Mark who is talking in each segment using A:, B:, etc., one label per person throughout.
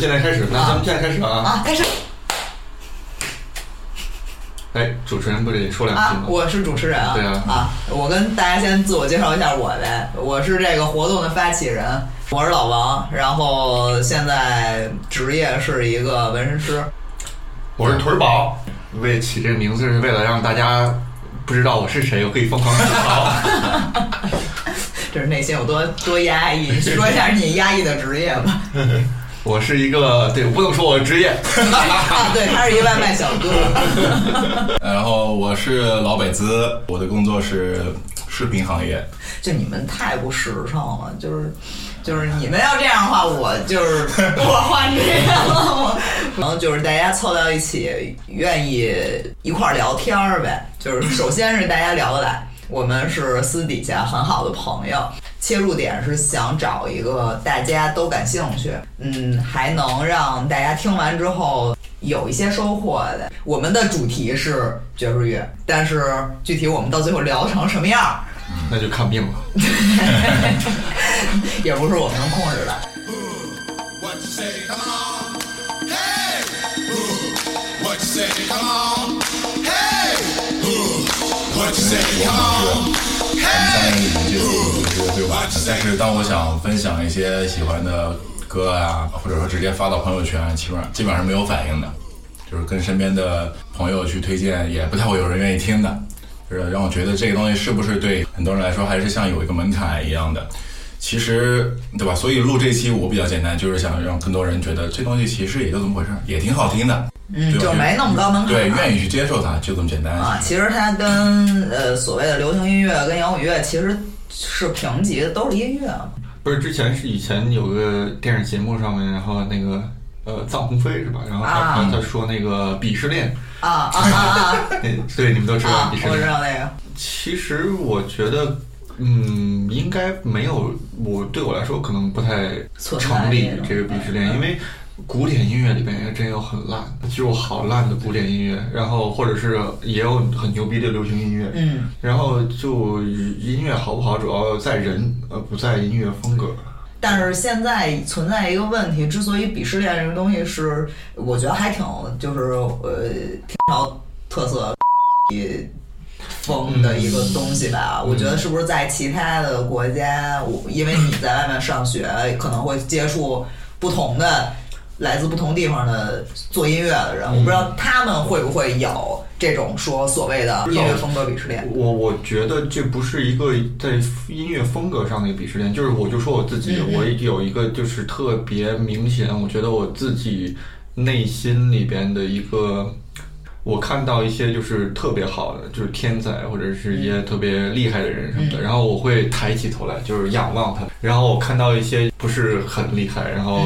A: 现在开始，那咱们现在开始啊！
B: 啊，开始
A: 哎，主持人不得说两句
B: 啊
A: 吗！？
B: 我是主持人啊，
A: 对啊
B: 我跟大家先自我介绍一下我呗，我是这个活动的发起人，我是老王，然后现在职业是一个纹身师，
A: 我是屯宝，为起这个名字是为了让大家不知道我是谁，我可以疯狂吐槽。
B: 这是内心有多多压抑，说一下你压抑的职业吧。
A: 我是一个，对，我不能说我的职业，
B: 啊，对，他是一外卖小哥，
C: 呃然后我是老北资，我的工作是视频行业。
B: 就你们太不时尚了，就是。就是你们要这样的话，我就是我换这样了。然后就是大家凑到一起，愿意一块儿聊天儿呗。就是首先是大家聊得来，我们是私底下很好的朋友。切入点是想找一个大家都感兴趣，嗯，还能让大家听完之后有一些收获的。我们的主题是爵士乐，但是具体我们到最后聊成什么样儿，
A: 那就看病吧。
B: 也不是我们能控制的。
D: What you say? Come on. Hey. Ooh. What you say? Come on. Hey. Ooh. What you
C: 因
D: say? Come on.
C: 为我们是，我们三个人已经就是对吧？但是当我想分享一些喜欢的歌啊，或者说直接发到朋友圈，基本上基本上是没有反应的，就是跟身边的朋友去推荐，也不太会有人愿意听的。就是让我觉得这个东西是不是对很多人来说还是像有一个门槛一样的。其实，对吧？所以录这期我比较简单，就是想让更多人觉得这东西其实也就这么回事儿，也挺好听的。
B: 嗯，
C: 对吧
B: 就没那么高门槛。
C: 对，愿意去接受它，就这么简单。
B: 啊，其实它跟呃所谓的流行音乐跟摇滚乐其实是平级的，都是音乐嘛。
A: 不是，之前是以前有个电视节目上面，然后那个呃臧鸿飞是吧？然后他、
B: 啊
A: 他说那个鄙视链，
B: 啊啊 啊
A: 那对你们都知
B: 啊！
A: 道
B: 啊
A: 鄙视
B: 我知
A: 链。
B: 道那个，
A: 其实我觉得。嗯，应该没有我对我来说可能不太
B: 存在
A: 成立
B: 那种
A: 这个鄙视链，
B: 嗯
A: 因为古典音乐里边也真有很烂，就有好烂的古典音乐，然后或者是也有很牛逼的流行音乐，
B: 嗯，
A: 然后就音乐好不好主要在人，呃，不在音乐风格。
B: 但是现在存在一个问题，之所以鄙视链这个东西是，我觉得还挺就是呃挺有特色也风的一个东西吧。
A: 嗯
B: 我觉得是不是在其他的国家，我因为你在外面上学，可能会接触不同的。来自不同地方的做音乐的
A: 嗯
B: 人，我不知道他们会不会有这种说所谓的
A: 嗯
B: 音乐风格鄙视链。
A: 我我觉得这不是一个在音乐风格上的鄙视链，就是我就说我自己，
B: 嗯嗯
A: 我有一个就是特别明显，我觉得我自己内心里边的一个，我看到一些就是特别好的，就是天才或者是一些特别厉害的人什么的，
B: 嗯
A: 然后我会抬起头来就是仰望他们，然后我看到一些不是很厉害，然后。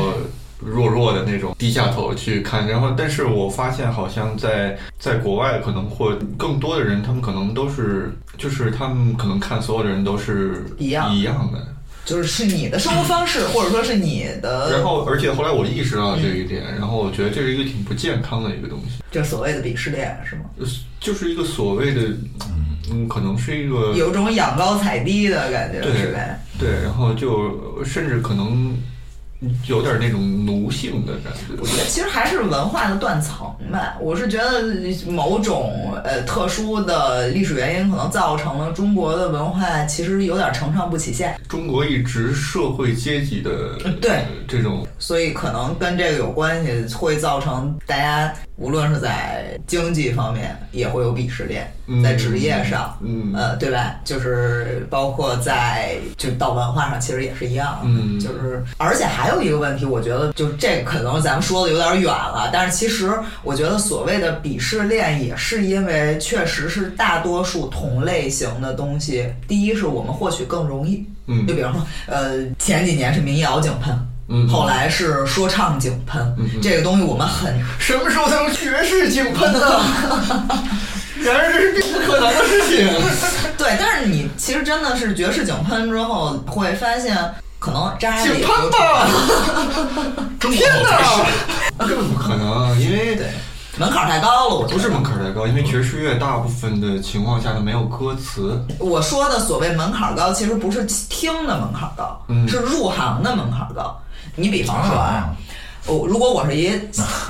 A: 弱弱的那种，低下头去看。然后，但是我发现好像在在国外，可能或更多的人，他们可能都是，就是他们可能看所有的人都是
B: 一样
A: 一样的。
B: 就是是你的生活方式，或者说是你
A: 然
B: 的
A: 后，而且后来我意识到这一点，然后我觉得这是一个挺不健康的一个东西，
B: 就所谓的鄙视链，是吗？
A: 就是一个所谓的，嗯，可能是一个
B: 有种仰高踩低的感觉，
A: 对
B: 是呗？
A: 对，然后就甚至可能有点那种奴性的感觉。
B: 我觉得其实还是文化的断层吧。我是觉得某种呃特殊的历史原因，可能造成了中国的文化其实有点承上不启下，
A: 中国一直社会阶级的
B: 对
A: 这种
B: 所以可能跟这个有关系，会造成大家无论是在经济方面也会有鄙视链，
A: 嗯
B: 在职业上，
A: 嗯
B: 呃，对吧？就是包括在就到文化上，其实也是一样的，
A: 嗯
B: 就是而且还有一个问题，我觉得就是这个可能咱们说的有点远了，但是其实我觉得所谓的鄙视链也是因为确实是大多数同类型的东西，第一是我们获取更容易，
A: 嗯
B: 就比方说，呃，前几年是民谣井喷。
A: 嗯
B: 后来是说唱井喷，
A: 嗯
B: 这个东西我们很
A: 什么时候才能爵士井喷呢？ 然而这是并不可能的事情。
B: 对，但是你其实真的是爵士井喷之后，会发现可能扎里
A: 井喷吧，
C: 中国好才是。
A: 根本不可能，因为
B: 门槛太高了，我觉得
A: 不是门槛太高，因为爵士乐大部分的情况下它没有歌词。
B: 我说的所谓门槛高，其实不是听的门槛高，
A: 嗯
B: 是入行的门槛高。你比方说啊，我如果我是 一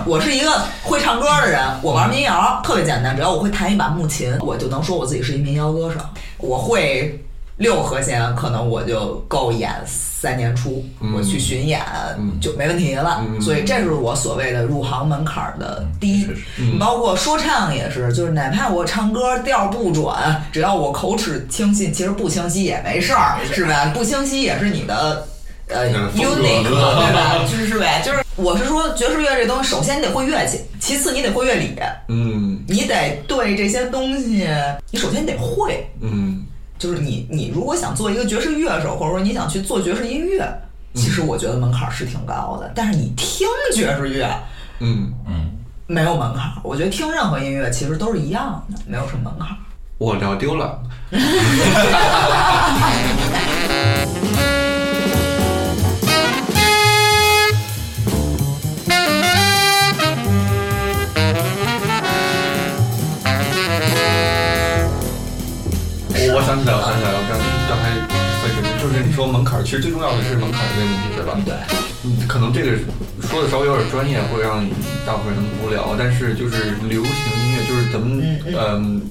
B: 我是一个会唱歌的人，我玩民谣特别简单，只要我会弹一把木琴，我就能说我自己是一民谣歌手。我会六和弦，可能我就够演三年初，我去巡演、就没问题了。所以这是我所谓的入行门槛的低
C: 确实。
B: 包括说唱也是，就是哪怕我唱歌调不准，只要我口齿清晰，其实不清晰也没事儿，是吧？不清晰也是你的。呃
A: 嗯风格
B: ，unique 对吧？就是是呗，就是我是说爵士乐这东西，首先你得会乐器，其次你得会乐理，
A: 嗯
B: 你得对这些东西，你首先得会，
A: 嗯
B: 就是你你如果想做一个爵士乐手，或者说你想去做爵士音乐，其实我觉得门槛是挺高的。但是你听爵士乐
A: 嗯，
C: 嗯，
B: 没有门槛，我觉得听任何音乐其实都是一样的，没有什么门槛。
A: 我聊丢了。哎我我想起来，我想起来，我刚刚才分析，就是你说门槛儿，其实最重要的是门槛儿这个问题，对吧？
B: 对，
A: 嗯，可能这个说的稍微有点专业，会让大部分人无聊。但是就是流行音乐，就是咱们
B: 嗯
A: 嗯、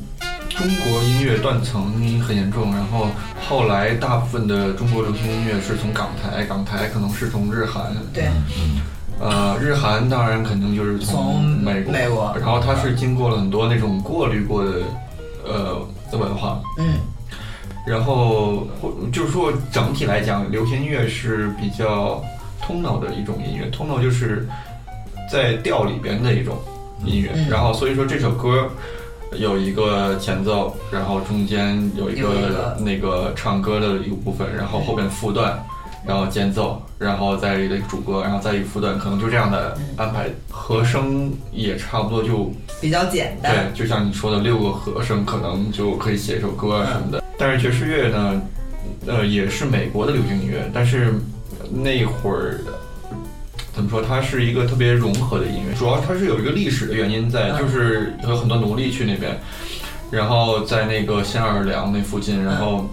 A: 中国音乐断层很严重。然后后来大部分的中国流行音乐是从港台，港台可能是从日韩，
B: 对，
A: 呃，日韩当然肯定就是从
B: 从
A: 美国，
B: 美国
A: 然后它是经过了很多那种过滤过的呃的文化，
B: 嗯，
A: 然后或就是说整体来讲，流行音乐是比较 tonal 的一种音乐，tonal 就是在调里边的一种音乐。
B: 嗯
A: 然后所以说这首歌有一个前奏，然后中间有一个
B: 有一个嗯
A: 那个唱歌的一个部分，然后后边副段。然后间奏，然后再一个主歌，然后再一个副段，可能就这样的
B: 嗯
A: 安排。和声也差不多就
B: 比较简单。
A: 对，就像你说的，六个和声可能就可以写一首歌啊什么的。但是爵士乐呢，呃，也是美国的流行音乐，但是那会儿怎么说，它是一个特别融合的音乐，主要它是有一个历史的原因在，
B: 嗯
A: 就是有很多奴隶去那边，然后在那个新奥尔良那附近，然后。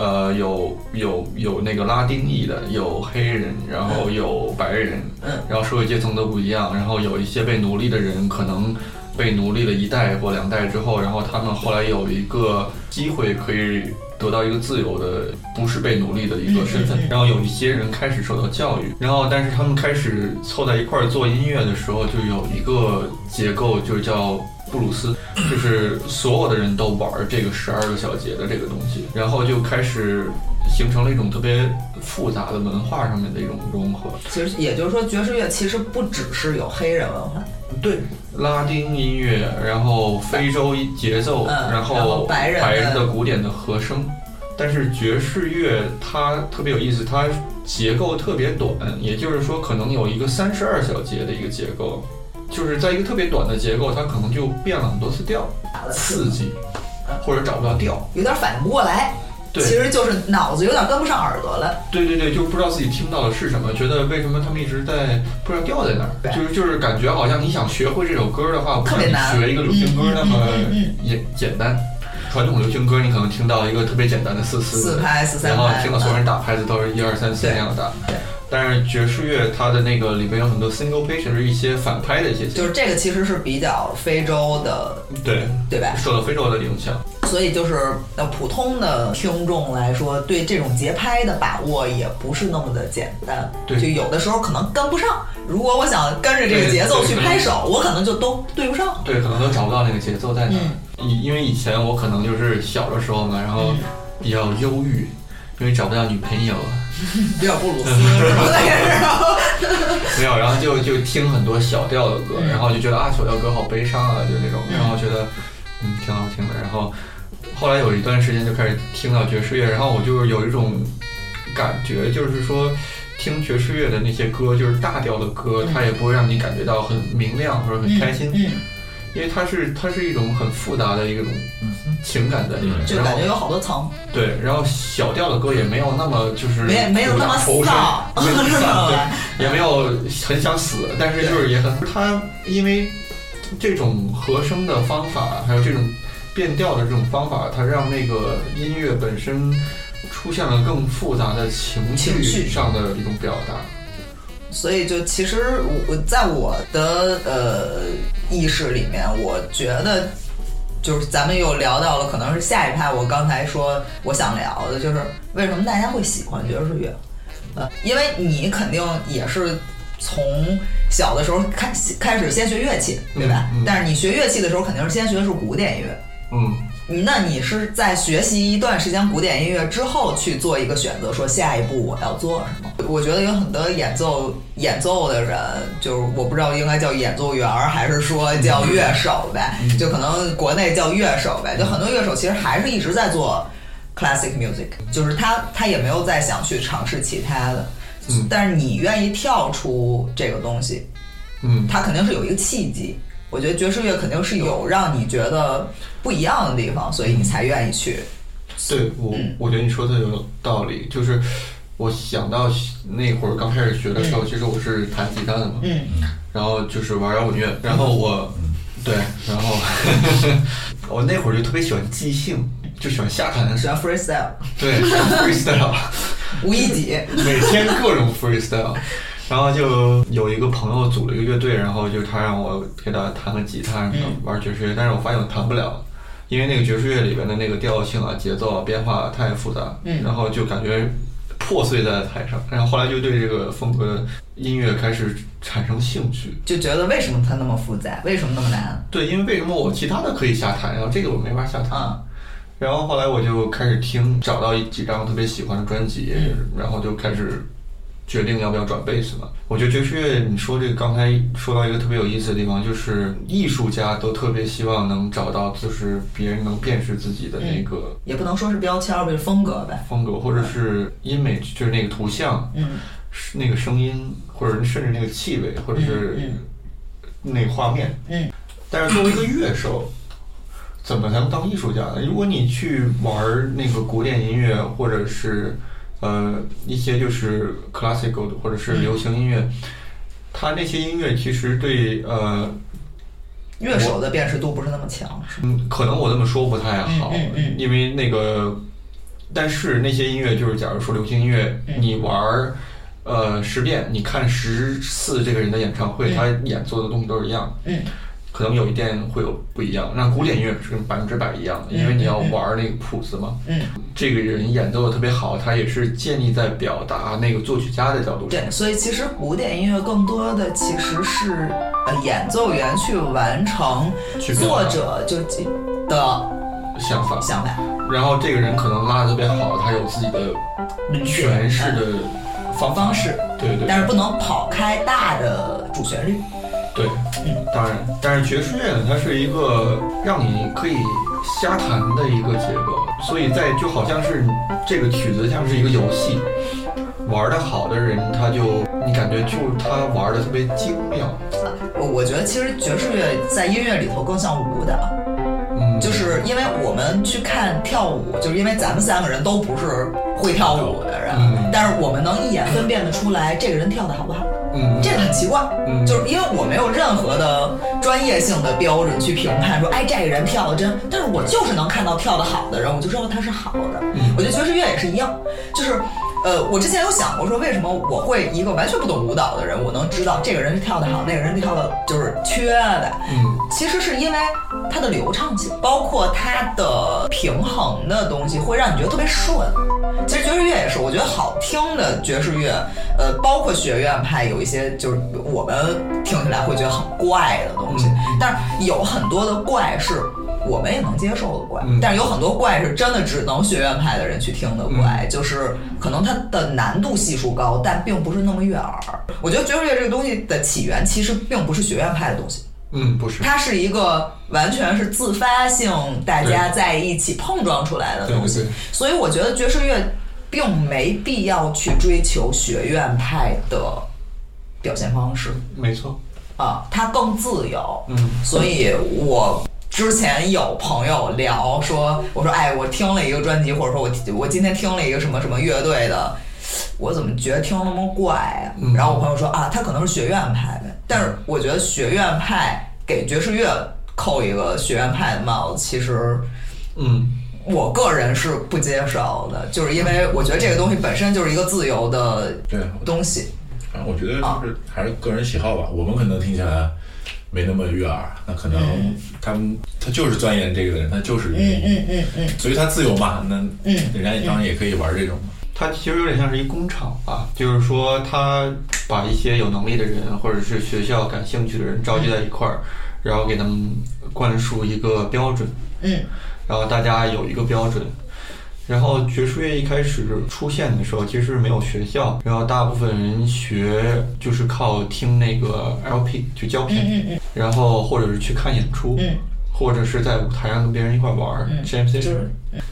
A: 呃，有有有那个拉丁裔的，有黑人，然后有白人，
B: 嗯
A: 然后社会阶层都不一样，然后有一些被奴隶的人，可能被奴隶了一代或两代之后，然后他们后来有一个机会可以得到一个自由的，不是被奴隶的一个身份
B: 嗯嗯。
A: 然后有一些人开始受到教育，然后但是他们开始凑在一块儿做音乐的时候，就有一个结构，就叫布鲁斯，就是所有的人都玩这个十二个小节的这个东西，然后就开始形成了一种特别复杂的文化上面的一种融合。
B: 其实也就是说，爵士乐其实不只是有黑人文化，
A: 对，拉丁音乐，然后非洲节奏，
B: 嗯
A: 然
B: 然后白人的
A: 的古典的和声。但是爵士乐它特别有意思，它结构特别短，也就是说可能有一个三十二小节的一个结构，就是在一个特别短的结构，它可能就变了很多次调，
B: 呃
A: 刺激
B: 嗯，
A: 或者找不到调。
B: 有点反应不过来。
A: 对
B: 其实就是脑子有点跟不上耳朵了。
A: 对对对，就不知道自己听到的是什么，觉得为什么他们一直在不知道调在哪儿，
B: 对
A: 就是就是感觉好像你想学会这首歌的话，不
B: 特
A: 像
B: 别
A: 你
B: 难
A: 学一个流行歌那么
B: 嗯嗯嗯
A: 也简单。传统流行歌你可能听到一个特别简单的四四
B: 四拍四三
A: 然后
B: 拍
A: 听到所有人打拍子都是一二三四
B: 对
A: 那样打
B: 对。
A: 但是爵士乐它的那个里面有很多 single p a t i o n 是一些反拍的一些节
B: 就
A: 奏，
B: 是这个其实是比较非洲的，
A: 对，
B: 对吧？
A: 受到非洲的影响。
B: 所以就是呃，普通的听众来说，对这种节拍的把握也不是那么的简单。
A: 对
B: 就有的时候可能跟不上。如果我想跟着这个节奏去拍手，我可能就都对不 上。
A: 对，可能都找不到那个节奏在哪儿。以因为以前我可能就是小的时候嘛，然后比较忧郁，因为找不到女朋友，
B: 比较 布鲁斯什么的，然后
A: 没有，然后就就听很多小调的歌，然后就觉得啊，小调歌好悲伤啊，就那种，然后觉得嗯挺好听的，然后后来有一段时间就开始听到爵士乐，然后我就有一种感觉，就是说。听爵士乐的那些歌，就是大调的歌，它也不会让你感觉到很明亮或者很 开心，
B: 嗯，
A: 因为它是它是一种很复杂的一种情感在里面，
C: 嗯
B: 就
A: 然
B: 感
A: 后
B: 觉有好多层。
A: 对，然后小调的歌也没有那么就是
B: 没没有那么
A: 头
B: 丧
A: 没有那么 丧，
B: 吧
A: 对，也没有很想死，但是就是也很他因为这种和声的方法，还有这种变调的这种方法，它让那个音乐本身出现了更复杂的情
B: 情绪
A: 绪上的一种表达。
B: 所以就其实我我在我的呃意识里面，我觉得就是咱们又聊到了，可能是下一趴我刚才说我想聊的，就是为什么大家会喜欢爵士乐？呃，因为你肯定也是从小的时候开开始先学乐器，对吧？
A: 嗯嗯
B: 但是你学乐器的时候，肯定是先学的是古典乐。
A: 嗯，
B: 那你是在学习一段时间古典音乐之后去做一个选择，说下一步我要做什么？我觉得有很多演奏演奏的人，就是我不知道应该叫演奏员儿还是说叫乐手呗，就可能国内叫乐手呗。就很多乐手其实还是一直在做 classic music，就是他他也没有再想去尝试其他的。但是你愿意跳出这个东西，
A: 嗯，
B: 它肯定是有一个契机。我觉得爵士乐肯定是有让你觉得不一样的地方，所以你才愿意去。
A: 对我，我觉得你说的有道理。就是我想到那会儿刚开始学的时候，其实我是弹吉他的嘛，
B: 嗯，
A: 然后就是玩摇滚乐，然后我，对，然后 我那会儿就特别喜欢即兴，就喜欢瞎弹，
B: 喜欢 freestyle，
A: 对 freestyle，
B: 吴一己，
A: 每天各种 freestyle。然后就有一个朋友组了一个乐队，然后就他让我给他弹个吉他，然后玩爵士乐，但是我发现我弹不了，因为那个爵士乐里边的那个调性啊、节奏啊、变化太复杂，
B: 嗯
A: 然后就感觉破碎在台上。然后后来就对这个风格的音乐开始产生兴趣，
B: 就觉得为什么它那么复杂，为什么那么难？
A: 对，因为为什么我其他的可以瞎弹，然后这个我没法瞎弹。
B: 嗯
A: 然后后来我就开始听，找到几张特别喜欢的专辑，然后就开始决定要不要转贝斯嘛。我觉得爵士乐，你说这个刚才说到一个特别有意思的地方，就是艺术家都特别希望能找到，就是别人能辨识自己的那个
B: 也不能说是标签儿，就是风格呗。
A: 风格，或者是 image，就是那个图像，
B: 嗯
A: 是那个声音，或者甚至那个气味，或者是
B: 嗯
A: 那个画面。
B: 嗯
A: 但是作为一个乐手，怎么才能当艺术家呢？如果你去玩儿那个古典音乐，或者是呃一些就是 classical 的或者是流行音乐，它那些音乐其实对呃，
B: 乐手的辨识度不是那么强，是吗？
A: 嗯可能我这么说不太好，
B: 嗯嗯嗯
A: 因为那个，但是那些音乐就是，假如说流行音乐，
B: 嗯
A: 你玩儿。呃，十遍，你看十次这个人的演唱会，他演奏的东西都是一样的。
B: 嗯
A: 可能有一点会有不一样。那古典乐是百分之百一样的，因为你要玩那个谱子嘛。
B: 嗯，
A: 这个人演奏的特别好，他也是建立在表达那个作曲家的角度上。
B: 对，所以其实古典音乐更多的其实是呃演奏员去完成
A: 去表达
B: 作者就的
A: 想法，
B: 想法。
A: 然后这个人可能拉的特别好，他有自己的诠释的方
B: 嗯方式，
A: 对对。
B: 但是不能跑开大的主旋律。
A: 对，当然，但是爵士乐呢，它是一个让你可以瞎弹的一个结构，所以在就好像是这个曲子像是一个游戏，玩的好的人，他就你感觉就是他玩的特别精妙，
B: 我我觉得其实爵士乐在音乐里头更像舞蹈，
A: 嗯，
B: 就是因为我们去看跳舞，就是因为咱们三个人都不是会跳舞的人，
A: 嗯
B: 但是我们能一眼分辨得出来这个人跳的好不好，
A: 嗯，
B: 这个很奇怪，
A: 嗯
B: 就是因为我没有任何的专业性的标准去评判说，哎，这个人跳的真，但是我就是能看到跳的好的人，我就知道他是好的。
A: 嗯
B: 我觉得爵士乐也是一样，就是。呃，我之前有想过说，为什么我会一个完全不懂舞蹈的人，我能知道这个人是跳的好，那个人是跳的就是缺的，
A: 嗯
B: 其实是因为它的流畅性，包括它的平衡的东西，会让你觉得特别顺。其实爵士乐也是，我觉得好听的爵士乐，呃，包括学院派有一些就是我们听起来会觉得很怪的东西，但是有很多的怪是我们也能接受的怪，
A: 嗯
B: 但是有很多怪是真的只能学院派的人去听的怪，就是可能它的难度系数高，但并不是那么悦耳。我觉得爵士乐这个东西的起源其实并不是学院派的东西，
A: 嗯，不是，
B: 它是一个完全是自发性，大家在一起碰撞出来的
A: 对
B: 东
A: 对
B: 西。
A: 对，
B: 所以我觉得爵士乐并没必要去追求学院派的表现方式
A: 没错，
B: 啊，它更自由。
A: 嗯
B: 所以我之前有朋友聊说，我说哎，我听了一个专辑，或者说我我今天听了一个什么什么乐队的，我怎么觉得听那么怪啊？
A: 嗯
B: 然后我朋友说啊，他可能是学院派的，但是我觉得学院派给爵士乐扣一个学院派的帽子，其实。
A: 嗯
B: 我个人是不接受的，就是因为我觉得这个东西本身就是一个自由的
C: 对
B: 东西。
C: 反正我觉得
B: 哦
C: 就是还是个人喜好吧。我们可能听起来没那么悦耳，那可能他们他就是钻研这个的人，他就是
B: 嗯嗯嗯嗯，
C: 所以他自由嘛，那
B: 嗯
C: 人家当然也可以玩这种嘛。
A: 它其实有点像是一工厂吧，就是说它把一些有能力的人或者是学校感兴趣的人召集在一块儿，然后给他们灌输一个标准，
B: 嗯，
A: 然后大家有一个标准。然后爵士乐一开始出现的时候，其实没有学校，然后大部分人学就是靠听那个 LP 就胶片，然后或者是去看演出，
B: 嗯
A: 或者是在舞台上跟别人一块玩儿、
B: 嗯
A: jam session。
B: 是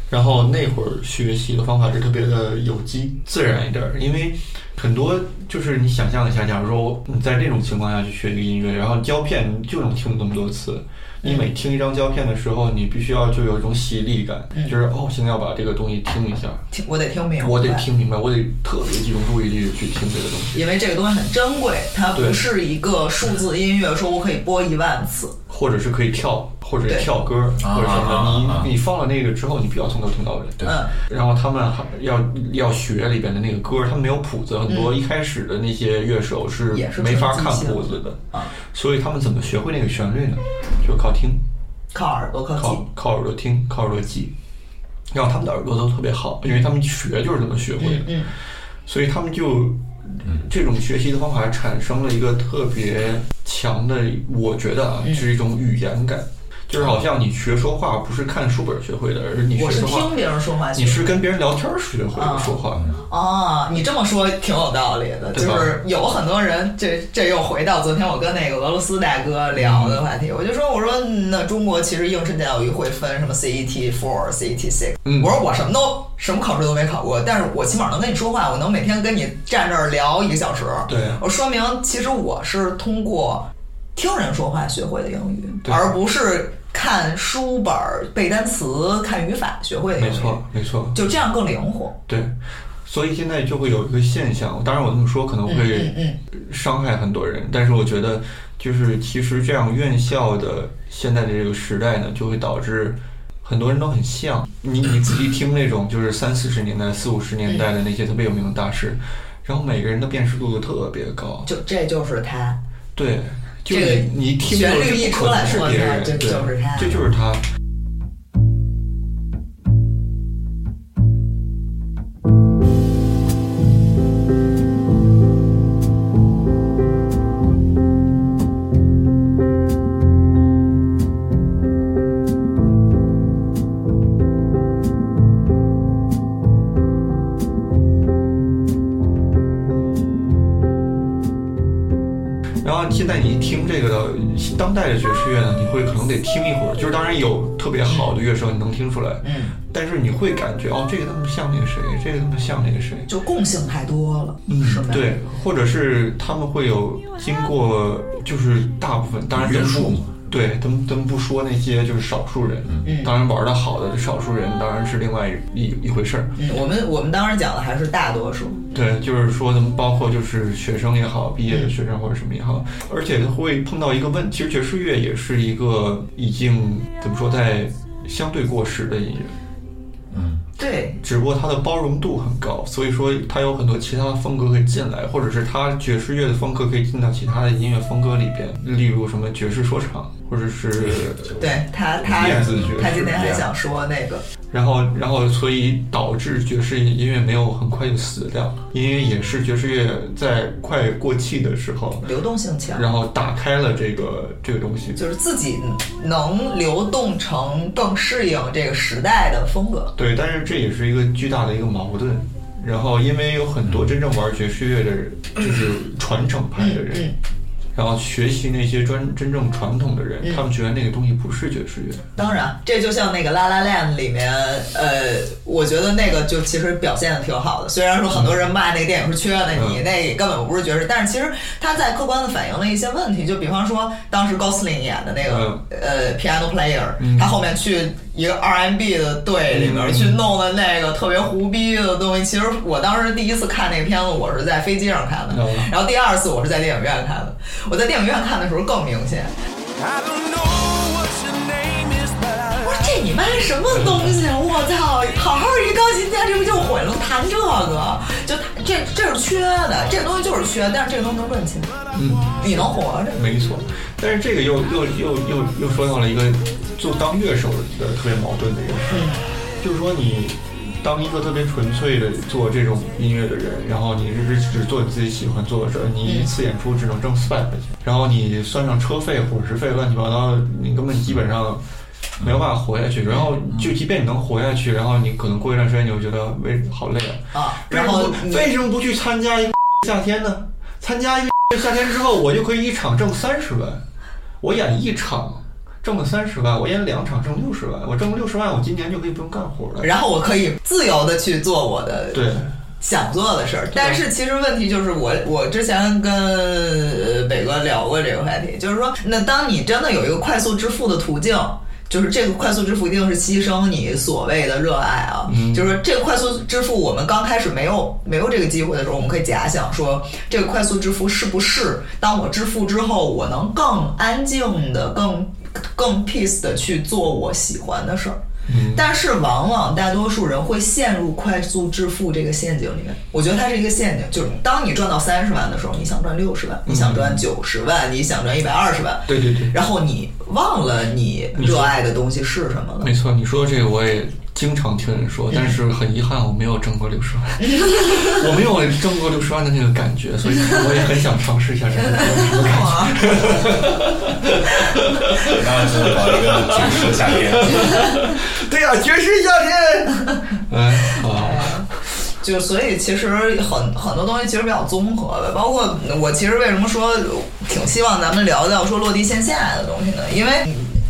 A: 然后那会儿学习的方法是特别的有机自然一点，儿，因为很多就是你想象一下，假如说你在这种情况下去学一个音乐，然后胶片你就能听那么多次，你每听一张胶片的时候，你必须要就有一种洗礼感，
B: 嗯
A: 就是哦，现在要把这个东西听一下，
B: 听我得听明白，
A: 我得听明白，我得特别集中注意力去听这个东西，
B: 因为这个东西很珍贵，它不
A: 对
B: 是一个数字音乐，说我可以播一万次。
A: 或者是可以跳，或者
B: 对
A: 是跳歌，或者什
C: 啊啊啊
A: 么
C: 啊
A: 的，你你放了那个之后，你必须要从头听到尾。
C: 对
B: 嗯
A: 然后他们还要要学里边的那个歌，他们没有谱子，很多
C: 嗯
A: 一开始的那些乐手是
B: 也是
A: 没法看
B: 纯即兴
A: 谱子的，
B: 啊，
A: 所以他们怎么学会那个旋律呢？就是靠听，
B: 靠耳朵，靠
A: 靠
B: 记。
A: 靠耳朵听，靠耳朵记。然后他们的耳朵都特别好，因为他们学就是这么学会的，
B: 嗯
A: 所以他们就这种学习的方法产生了一个特别强的，我觉得啊，
B: 嗯
A: 是一种语言感，就是好像你学说话不是看书本学会的，而是你
B: 我
A: 学
B: 是
A: 说话
B: 听啊别人说话去
A: 你是跟别人聊天儿学会的说话，
B: 哦，你这么说挺有道理的，就
A: 对吧
B: 是有很多人，这这又回到昨天我跟那个俄罗斯大哥聊的话题，
A: 嗯
B: 我就说我说那中国其实应试教育会分什么 CET four、CET six，、
A: 嗯
B: 我说我什么都什么考试都没考过，但是我起码能跟你说话，我能每天跟你站这儿聊一个小时，
A: 对
B: 我说明其实我是通过听人说话学会的英语，
A: 对
B: 而不是看书本儿背单词、看语法学会的英语，
A: 没错，没错，
B: 就这样更灵活。
A: 对。所以现在就会有一个现象，当然我这么说可能
B: 嗯
A: 会
B: 嗯。
A: 伤害很多人，但是我觉得就是其实这样院校的现在的这个时代呢，就会导致很多人都很像你，你仔细听那种就是三四十年代、四五十年代的那些特别有名的大师，然后每个人的辨识度都特别高，
B: 就这就是他，
A: 对，就
B: 这个
A: 你你听
B: 旋
A: 过
B: 律
A: 就
B: 一
A: 不
B: 出
A: 可
B: 来
A: 能是
B: 我
A: 别
B: 操
A: 人，
B: 这
A: 对
B: 就是他
A: 这就是他。然后现在你听这个当代的爵士乐呢，你会可能得听一会儿，就是当然有特别好的乐手你能听出来，
B: 嗯，
A: 但是你会感觉哦，这个他们像那个谁，这个他们像那个谁，
B: 就共性太多了，是吗？，
A: 嗯对，或者是他们会有经过，就是大部分，当然
C: 约束嘛
A: 嘛，对，咱们咱们不说那些就是少数人，
B: 嗯
A: 当然玩的好的少数人当然是另外一一回事儿，
B: 嗯，我们我们当时讲的还是大多数，
A: 对，就是说咱们包括就是学生也好，毕业的学生或者什么也好，而且会碰到一个问，其实爵士乐也是一个已经怎么说在相对过时的音乐，
C: 嗯，
B: 对，
A: 只不过它的包容度很高，所以说它有很多其他风格可以进来，或者是它爵士乐的风格可以进到其他的音乐风格里边，例如什么爵士说唱，或者是
B: 对他他
A: 电子爵士
B: 他今天还想说那个，
A: 然后，然后，所以导致爵士音乐没有很快就死掉，因为也是爵士乐在快过气的时候，
B: 流动性强，
A: 然后打开了这个这个东西。
B: 就是自己能流动成更适应这个时代的风格，
A: 对，但是这也是一个巨大的一个矛盾。然后，因为有很多真正玩爵士乐的人，就是传承派的人，然后学习那些专真正传统的人，他们觉得那个东西不是爵士乐。
B: 当然，这就像那个《La La Land》里面，呃，我觉得那个就其实表现的挺好的。虽然说很多人骂那个电影是缺的，
A: 嗯
B: 你那根本不是爵士，但是其实他在客观的反映了一些问题。就比方说，当时 Gosling 演的那
A: 嗯
B: 个、呃 Piano Player，、他后面去一个 R&B 的队里面
A: 嗯
B: 去弄的那个特别胡逼的东西。其实我当时第一次看那个片子，我是在飞机上看的，
A: 嗯
B: 然后第二次我是在电影院看的。我在电影院看的时候更明显，
D: I don't know what your name is, but I
B: 我说这这你妈什么东西？啊我操！好好一钢琴家，这不就毁了？弹这个，就弹这这是缺的，这东西就是缺，但是这个东西能赚钱，你能活着。
A: 没错，但是这个又又又又又说到了一个做当乐手的特别矛盾的一个事，就是说你当一个特别纯粹的做这种音乐的人，然后你只只做你自己喜欢做的事儿，你一次演出只能挣四百块钱，然后你算上车费、伙食费、乱七八糟的，你根本基本上。没有办法活下去，然后就即便你能活下去，然后你可能过一段时间你会觉得为好累啊，
B: 啊，
A: 为什
B: 然
A: 么
B: 后
A: 不
B: 你
A: 为什么不去参加一个夏天呢？参加一个夏天之后，我就可以一场挣三十万，我演一场挣了三十万，我演两场挣六十万，我挣了六十万，我今年就可以不用干活了。
B: 然后我可以自由的去做我的
A: 对，
B: 想做的事儿。但是其实问题就是我，我之前跟呃北哥聊过这个话题，就是说，那当你真的有一个快速致富的途径。就是这个快速致富一定是牺牲你所谓的热爱啊，就是说这个快速致富，我们刚开始没有没有这个机会的时候，我们可以假想说，这个快速致富是不是当我致富之后，我能更安静的、更更 peace 的去做我喜欢的事儿？
A: 嗯
B: 但是往往大多数人会陷入快速致富这个陷阱里面。我觉得它是一个陷阱，就是当你赚到三十万的时候，你想赚六十万，你想赚九十万，你想赚一百二十万，
A: 对对对，
B: 然后你忘了你热爱的东西是什么了。
A: 没错，你说这个我也经常听人说，但是很遗憾我没有挣过六十万， 我没有挣过六十万的那个感觉，所以我也很想尝试一下 这个。
B: 哇
C: 那只能搞一个爵士夏天。
B: 嗯
A: 对呀、爵士夏天。哎，好，
B: 就所以其实很很多东西其实比较综合的，包括我其实为什么说挺希望咱们聊聊说落地线下的东西呢？因为。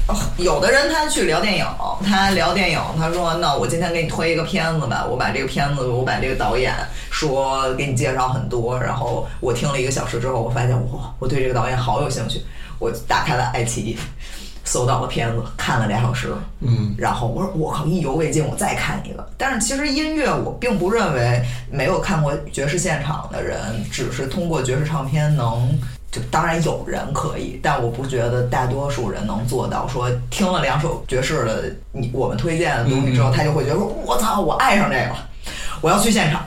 B: 呃有的人他去聊电影，他聊电影，他说：“那我今天给你推一个片子吧，我把这个片子，我把这个导演说给你介绍很多，然后我听了一个小时之后，我发现哇，我对这个导演好有兴趣，我打开了爱奇艺，搜到了片子，看了俩小时，
A: 嗯，
B: 然后我说我靠，意犹未尽，我再看一个。但是其实音乐，我并不认为没有看过爵士现场的人，只是通过爵士唱片能。就当然有人可以，但我不觉得大多数人能做到。说听了两首爵士的，你我们推荐的东西
A: 嗯
B: 之后，他就会觉得说：“我操，我爱上这个了，我要去现场，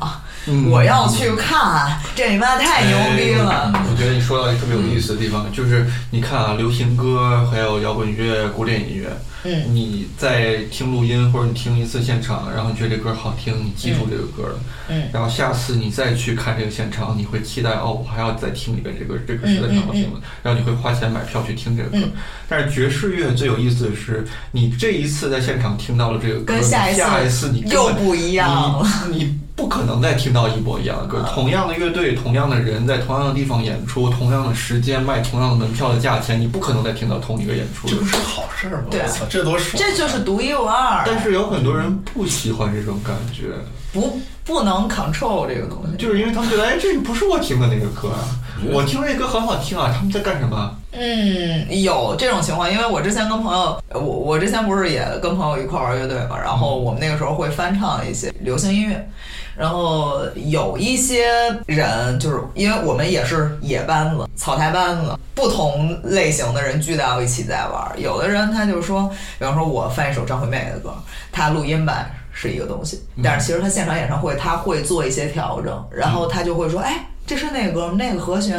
B: 我要去看，这你妈太牛逼了！”嗯
A: 哎我觉得你说到一个特别有意思的地方，就是你看啊，流行歌还有摇滚乐、古典音乐，
B: 嗯
A: 你在听录音或者你听一次现场，然后你觉得这歌好听，你记住这个歌了，
B: 嗯
A: 然后下次你再去看这个现场，你会期待哦，我还要再听一遍这个这个实在太好听了，然后你会花钱买票去听这个歌。
B: 嗯
A: 但是爵士乐最有意思的是，你这一次在现场听到了这个歌，
B: 跟下一次
A: 下一次你根
B: 又
A: 本
B: 不一 样了。
A: 嗯你你不可能再听到一模一样的歌，同样的乐队、同样的人在同样的地方演出，同样的时间卖同样的门票的价钱，你不可能再听到同一个演出
C: 这
A: 了
C: 不。是好事儿吗？
B: 对
C: 我操，这多爽！
B: 这就是独一无二，
A: 但是有很多人不喜欢这种感觉，
B: 不不能 control 这个东西。
A: 就是因为他们觉得，哎，这不是我听的那个歌啊，我听这歌很好听啊，他们在干什么？
B: 嗯，有这种情况，因为我之前跟朋友，我我之前不是也跟朋友一块儿玩乐队嘛，然后我们那个时候会翻唱一些流行音乐，然后有一些人就是因为我们也是野班子、草台班子，不同类型的人聚到一起在玩儿，有的人他就说，比方说我翻一首张惠妹的歌，她录音版。是一个东西，但是其实他现场演唱会他会做一些调整，然后他就会说，哎，这是那个歌吗，那个和弦，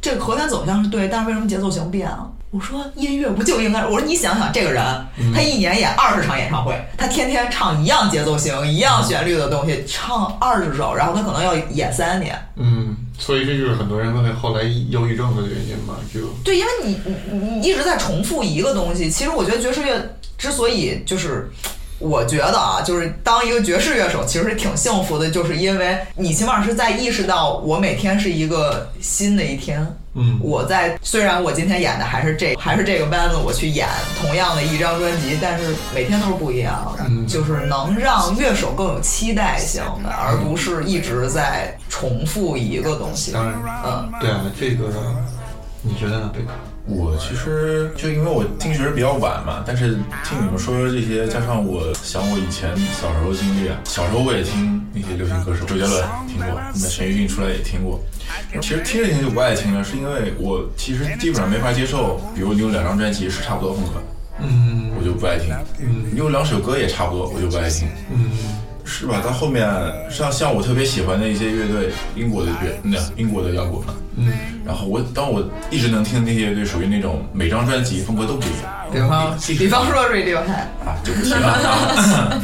B: 这个和弦走向是对，但是为什么节奏型变啊了？我说音乐不就应该？我说你想想，这个人他一年演二十场演唱会，他天天唱一样节奏型、一样旋律的东西，唱二十首，然后他可能要演三年。
A: 嗯，所以这就是很多人会后来忧郁症的原因嘛，就
B: 对，因为你你你一直在重复一个东西。其实我觉得爵士乐之所以就是。我觉得啊，就是当一个爵士乐手，其实挺幸福的，就是因为你起码是在意识到我每天是一个新的一天。
A: 嗯
B: 我在虽然我今天演的还是这还是这个班子，我去演同样的一张专辑，但是每天都是不一样的，
A: 嗯
B: 就是能让乐手更有期待性的，而不是一直在重复一个东西。
A: 嗯当然，
B: 嗯，
A: 对啊，这个你觉得呢，贝克？
C: 我其实就因为我听学比较晚嘛，但是听你们说这些，加上我想我以前小时候经历，啊，小时候我也听那些流行歌手，周杰伦听过，那陈奕迅出来也听过。其实听着听着就不爱听了，是因为我其实基本上没法接受，比如你有两张专辑是差不多风格，
A: 嗯，
C: 我就不爱听。嗯，因为两首歌也差不多，我就不爱听。嗯，是吧？到后面像像我特别喜欢的一些乐队，英国的乐，那英国的摇滚嘛。嗯，然后我当我一直能听的那些乐队，属于那种每张专辑风格都不一样。
B: 比方
C: 其实
B: 比方说 Radiohead，
C: 啊，就不提了。啊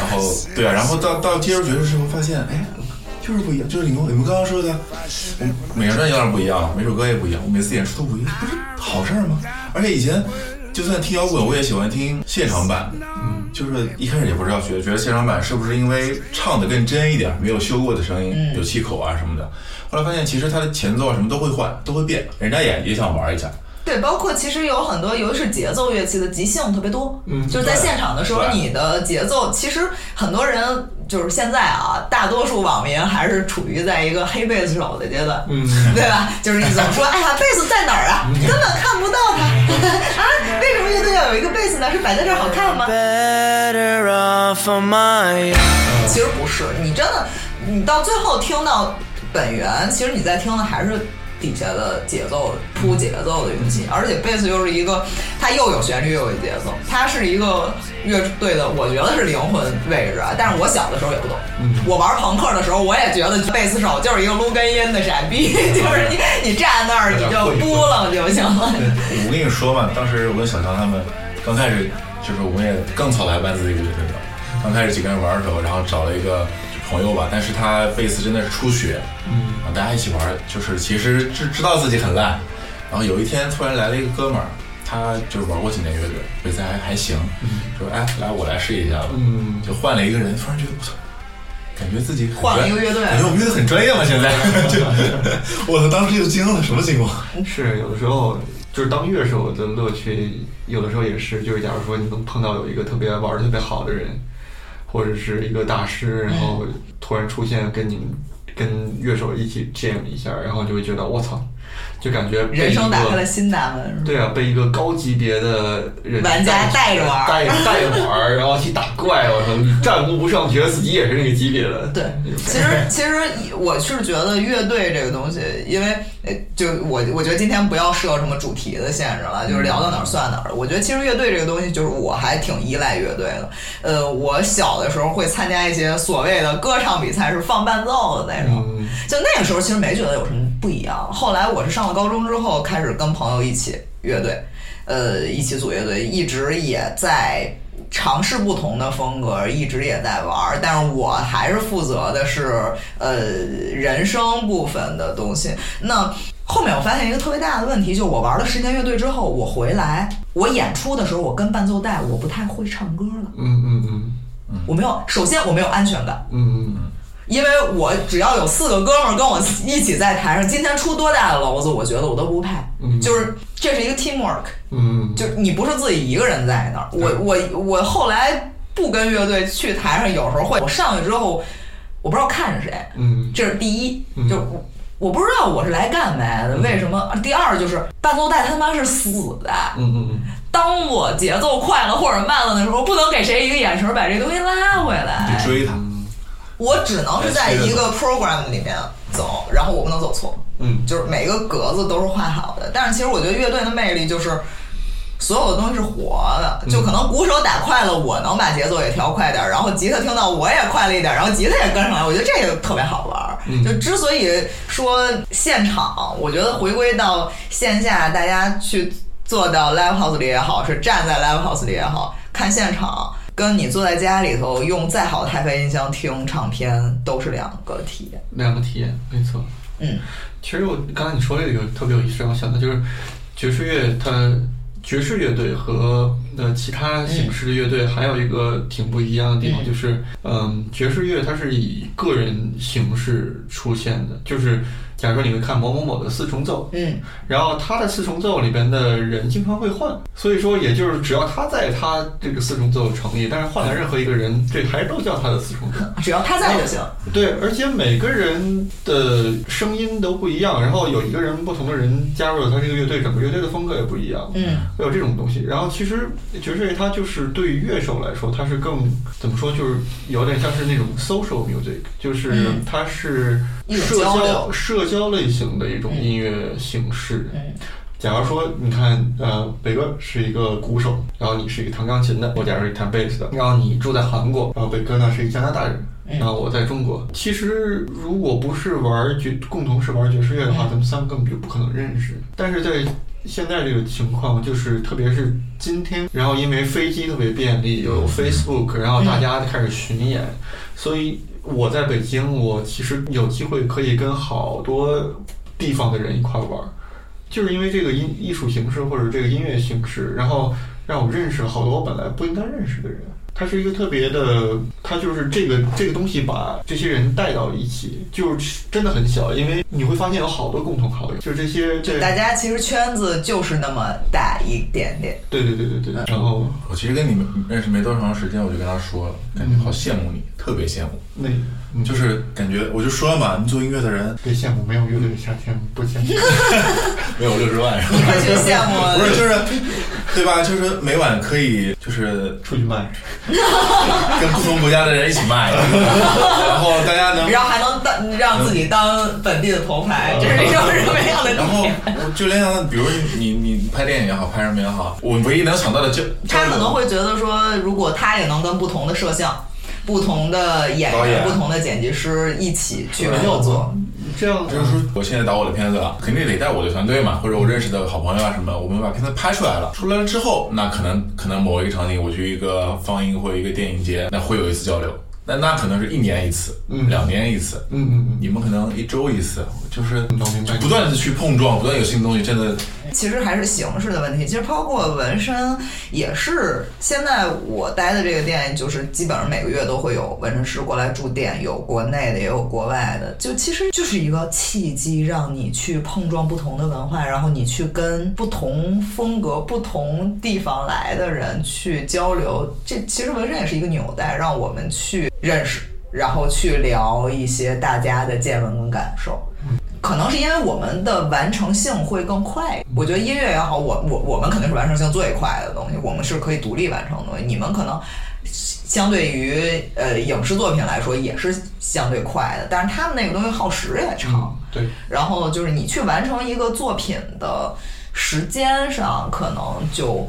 C: 然后对啊，然后到到接触爵士之后，发现哎，就是不一样，就是你们你们刚刚说的，我们每个专辑当然不一样，每首歌也不一样，我每次演出都不一样，不是好事儿吗？而且以前就算听摇滚，我也喜欢听现场版。嗯，就是一开始也不知道觉得觉得现场版是不是因为唱的更真一点，没有修过的声音，有气口啊什么的。后来发现其实它的前奏啊什么都会换，都会变，人家也也想玩一下。
B: 对，包括其实有很多，尤其是节奏乐器的即兴特别多，嗯，就是在
C: 对
B: 现场的时候，
C: 对
B: 你的节奏其实很多人就是现在啊，大多数网民还是处于在一个黑贝斯手的阶段，嗯，对吧？就是你总说，哎呀，贝斯在哪儿啊？根本看不到它 啊！为什么乐队要有一个贝斯呢？是摆在这儿好看吗？
E: Better off on my
B: 其实不是，你真的，你到最后听到本源，其实你在听的还是底下的节奏铺节奏的乐器，
A: 嗯
B: 而且贝斯又是一个，它又有旋律又有节奏，它是一个乐队的，我觉得是灵魂位置啊。但是我小的时候也不懂，
A: 嗯
B: 我玩朋克的时候，我也觉得贝斯手就是一个撸根烟的傻逼， 就是你你站那儿你就拨楞就行了。
C: 我跟你说嘛，当时我跟小强他们刚开始就是我们也更草台班子的一个乐队了。刚开始几个人玩的时候，然后找了一个朋友吧，但是他贝斯真的是初学，嗯，大家一起玩，就是其实知知道自己很烂，然后有一天突然来了一个哥们儿，他就是玩过几年乐队，贝斯还还行，说哎来我来试一下吧，嗯，就换了一个人，突然觉得我操。感觉自己很
B: 换了
C: 专
B: 一个乐队
C: 感觉我们乐队很专业嘛。 现在，就我当时就惊了，什么情况？
A: 是有的时候就是当乐手的乐趣，有的时候也是就是假如说你能碰到有一个特别玩的特别好的人，或者是一个大师，然后
B: 嗯
A: 突然出现跟你们跟乐手一起 jam 一下，然后就会觉得我操，就感觉被
B: 人生
A: 一
B: 打
A: 个
B: 开了新大门，是吧
A: 对啊，被一个高级别的人
B: 玩家带着玩儿
A: 带带着玩儿，然后去打怪，我操，你战无不胜，觉得自己也是那个级别的。
B: 对，其实其实我是觉得乐队这个东西，因为呃就我我觉得今天不要设什么主题的限制了，就是聊到哪儿算哪儿。我觉得其实乐队这个东西，就是我还挺依赖乐队的。呃，我小的时候会参加一些所谓的歌唱比赛，是放伴奏的那种。就那个时候其实没觉得有什么不一样。后来我是上了高中之后，开始跟朋友一起乐队，呃，一起组乐队，一直也在尝试不同的风格，一直也在玩儿，但是我还是负责的是呃人声部分的东西。那后面我发现一个特别大的问题，就我玩了十年乐队之后，我回来我演出的时候，我跟伴奏带我不太会唱歌了，
A: 嗯嗯嗯
B: 我没有，首先我没有安全感。
A: 嗯嗯
B: 因为我只要有四个哥们儿跟我一起在台上，今天出多大的娄子，我觉得我都不怕。就是这是一个 teamwork，
A: 嗯，
B: 就是你不是自己一个人在那儿。我我我后来不跟乐队去台上，有时候会我上去之后，我不知道看着谁，
A: 嗯，
B: 这是第一，就我我不知道我是来干嘛的，为什么？第二就是伴奏带他妈是死的，
A: 嗯嗯嗯，
B: 当我节奏快了或者慢了的时候，不能给谁一个眼神儿把这东西拉回
A: 嗯
B: 来，
C: 得追他。
B: 我只能是在一个 program 里面走，然后我不能走错。
A: 嗯，
B: 就是每个格子都是画好的。但是其实我觉得乐队的魅力就是。所有的东西是活的，就可能鼓手打快了，我能把节奏也调快点儿，然后吉他听到我也快了一点儿，然后吉他也跟上来，我觉得这个特别好玩儿。就之所以说现场，我觉得回归到线下，大家去坐到 live house 里也好，是站在 live house 里也好看现场，跟你坐在家里头用再好的 HiFi 音箱听唱片都是两个体验。
A: 两个体验，没错。
B: 嗯，
A: 其实我刚才你说这个特别有意思，让我想到就是爵士乐，它爵士乐队和呃其他形式的乐队还有一个挺不一样的地方，就是嗯，爵士乐它是以个人形式出现的，就是假如说你会看某某某的四重奏，
B: 嗯，
A: 然后他的四重奏里边的人经常会换，所以说也就是只要他在他这个四重奏成立，但是换来任何一个人，这还是都叫他的四重奏。
B: 只要他在就行。
A: 对，而且每个人的声音都不一样，然后有一个人不同的人加入了他这个乐队，整个乐队的风格也不一样，
B: 嗯，
A: 会有这种东西。然后其实爵士乐它就是对于乐手来说，它是更怎么说，就是有点像是那种 social music，就是它是
B: 嗯一种
A: 社
B: 交
A: 交、
B: 流
A: 社交类型的一种音乐形式。
B: 嗯
A: 假如说你看，呃，北哥是一个鼓手，然后你是一个弹钢琴的，我假如是弹贝斯的，然后你住在韩国，然后北哥呢是一个加拿大人。然后我在中国，其实如果不是玩爵，共同是玩爵士乐的话，咱们三个根本就不可能认识。但是在现在这个情况，就是特别是今天，然后因为飞机特别便利，有 Facebook，然后大家开始巡演，所以我在北京，我其实有机会可以跟好多地方的人一块玩儿，就是因为这个音艺术形式或者这个音乐形式，然后让我认识好多我本来不应该认识的人。它是一个特别的，它就是这个这个东西把这些人带到一起，就是真的很小，因为你会发现有好多共同好友，就是这些这
B: 大家其实圈子就是那么大一点点，
A: 对对对对对，然后
C: 我其实跟你们认识没多长时间，我就跟他说，感觉好羡慕你，特别羡慕。
A: 那你嗯就
C: 就是是感觉，我就说嘛，你做音乐的人
A: 别羡慕没有乐队的夏天，不羡 慕。
C: 没有六十 万，是
B: 你
C: 吧
B: 可就羡
C: 不是
B: 慕
C: 就是，对吧？就是每晚可以就是
A: 出去卖，
C: 跟不同国家的人一起卖，然后大家 能
B: 然后还能当让自己当本地的头牌，这
C: 嗯
B: 是一种什么样的
C: 然后
B: 体验？
C: 我就连想，比如你你你拍电影也好，拍什么也好，我唯一能想到的就
B: 他可能会觉得说，如果他也能跟不同的摄像、不同的演
C: 导演嗯
B: 员、不同的剪辑师一起去合作，
A: 这样
C: 就是说，我现在导我的片子了，肯定得带我的团队嘛，或者我认识的好朋友啊什么，我们把片子拍出来了，出来了之后，那可能可能某一个场景，我去一个放映或者一个电影节，那会有一次交流，那那可能是一年一次，
A: 嗯
C: 两年一次，
A: 嗯嗯嗯，
C: 你们可能一周一次，就是
A: 能明白
C: 不断的去碰撞，不断有新东西，真的
B: 其实还是形式的问题。其实包括纹身也是，现在我待的这个店就是基本上每个月都会有纹身师过来驻店，有国内的也有国外的。就其实就是一个契机，让你去碰撞不同的文化，然后你去跟不同风格、不同地方来的人去交流。这其实纹身也是一个纽带，让我们去认识，然后去聊一些大家的见闻跟感受。可能是因为我们的完成性会更快。我觉得音乐也好，我我我们肯定是完成性最快的东西，我们是可以独立完成的东西。你们可能相对于呃影视作品来说也是相对快的，但是他们那个东西耗时也长。
A: 对，
B: 然后就是你去完成一个作品的时间上，可能就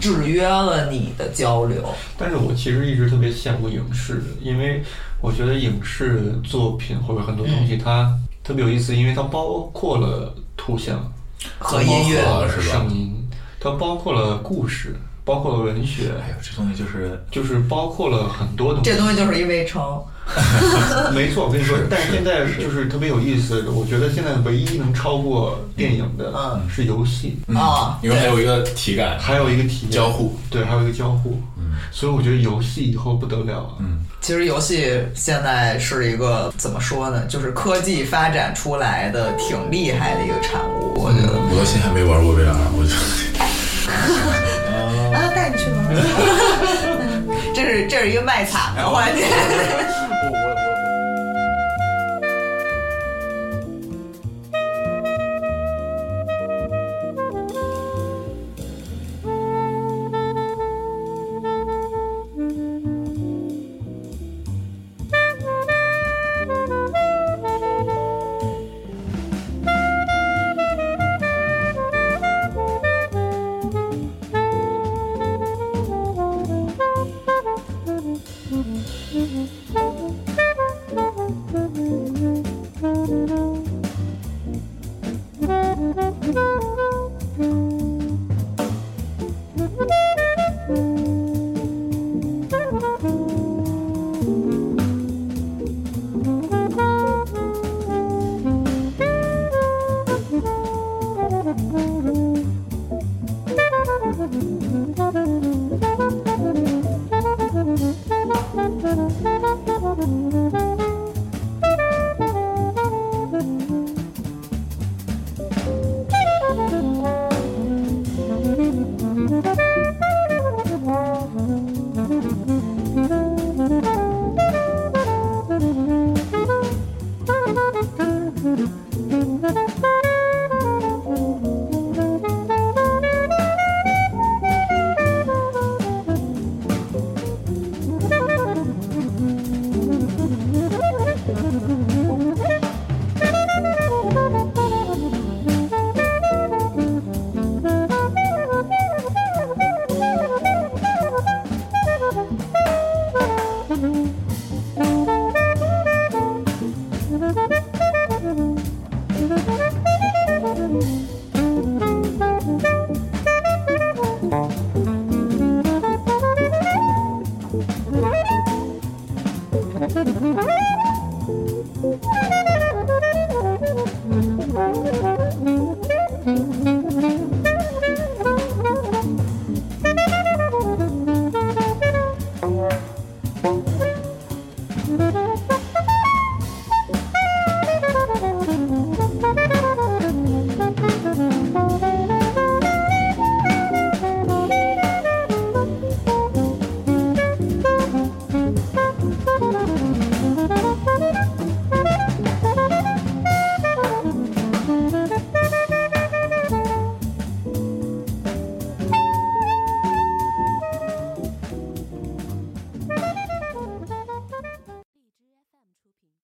B: 制约了你的交流。
A: 但是我其实一直特别羡慕影视，因为我觉得影视作品或者很多东西它特别有意思，因为它包括了图像
B: 和音乐
C: 包括是吧
A: 声音，它包括了故事，包括了文学，
C: 哎呦，这东西就是
A: 就是包括了很多东西
B: 这。东西就是一围城，
A: 没错，我跟你说
C: 是，
A: 但是
C: 是
A: 现在
C: 是
A: 就是特别有意思。我觉得现在唯一能超过电影的
B: 嗯
A: 是游戏，
B: 啊
C: 因为还有一个体感
A: 还有一个体验
C: 交互，
A: 对，还有一个交互。所以我觉得游戏以后不得了啊。
B: 其实游戏现在是一个怎么说呢？就是科技发展出来的挺厉害的一个产物，我觉得。
C: 我到现在还没玩过 VR，我就。
B: 啊，带你去玩。 这是这是一个卖惨的环节。
F: Thank you.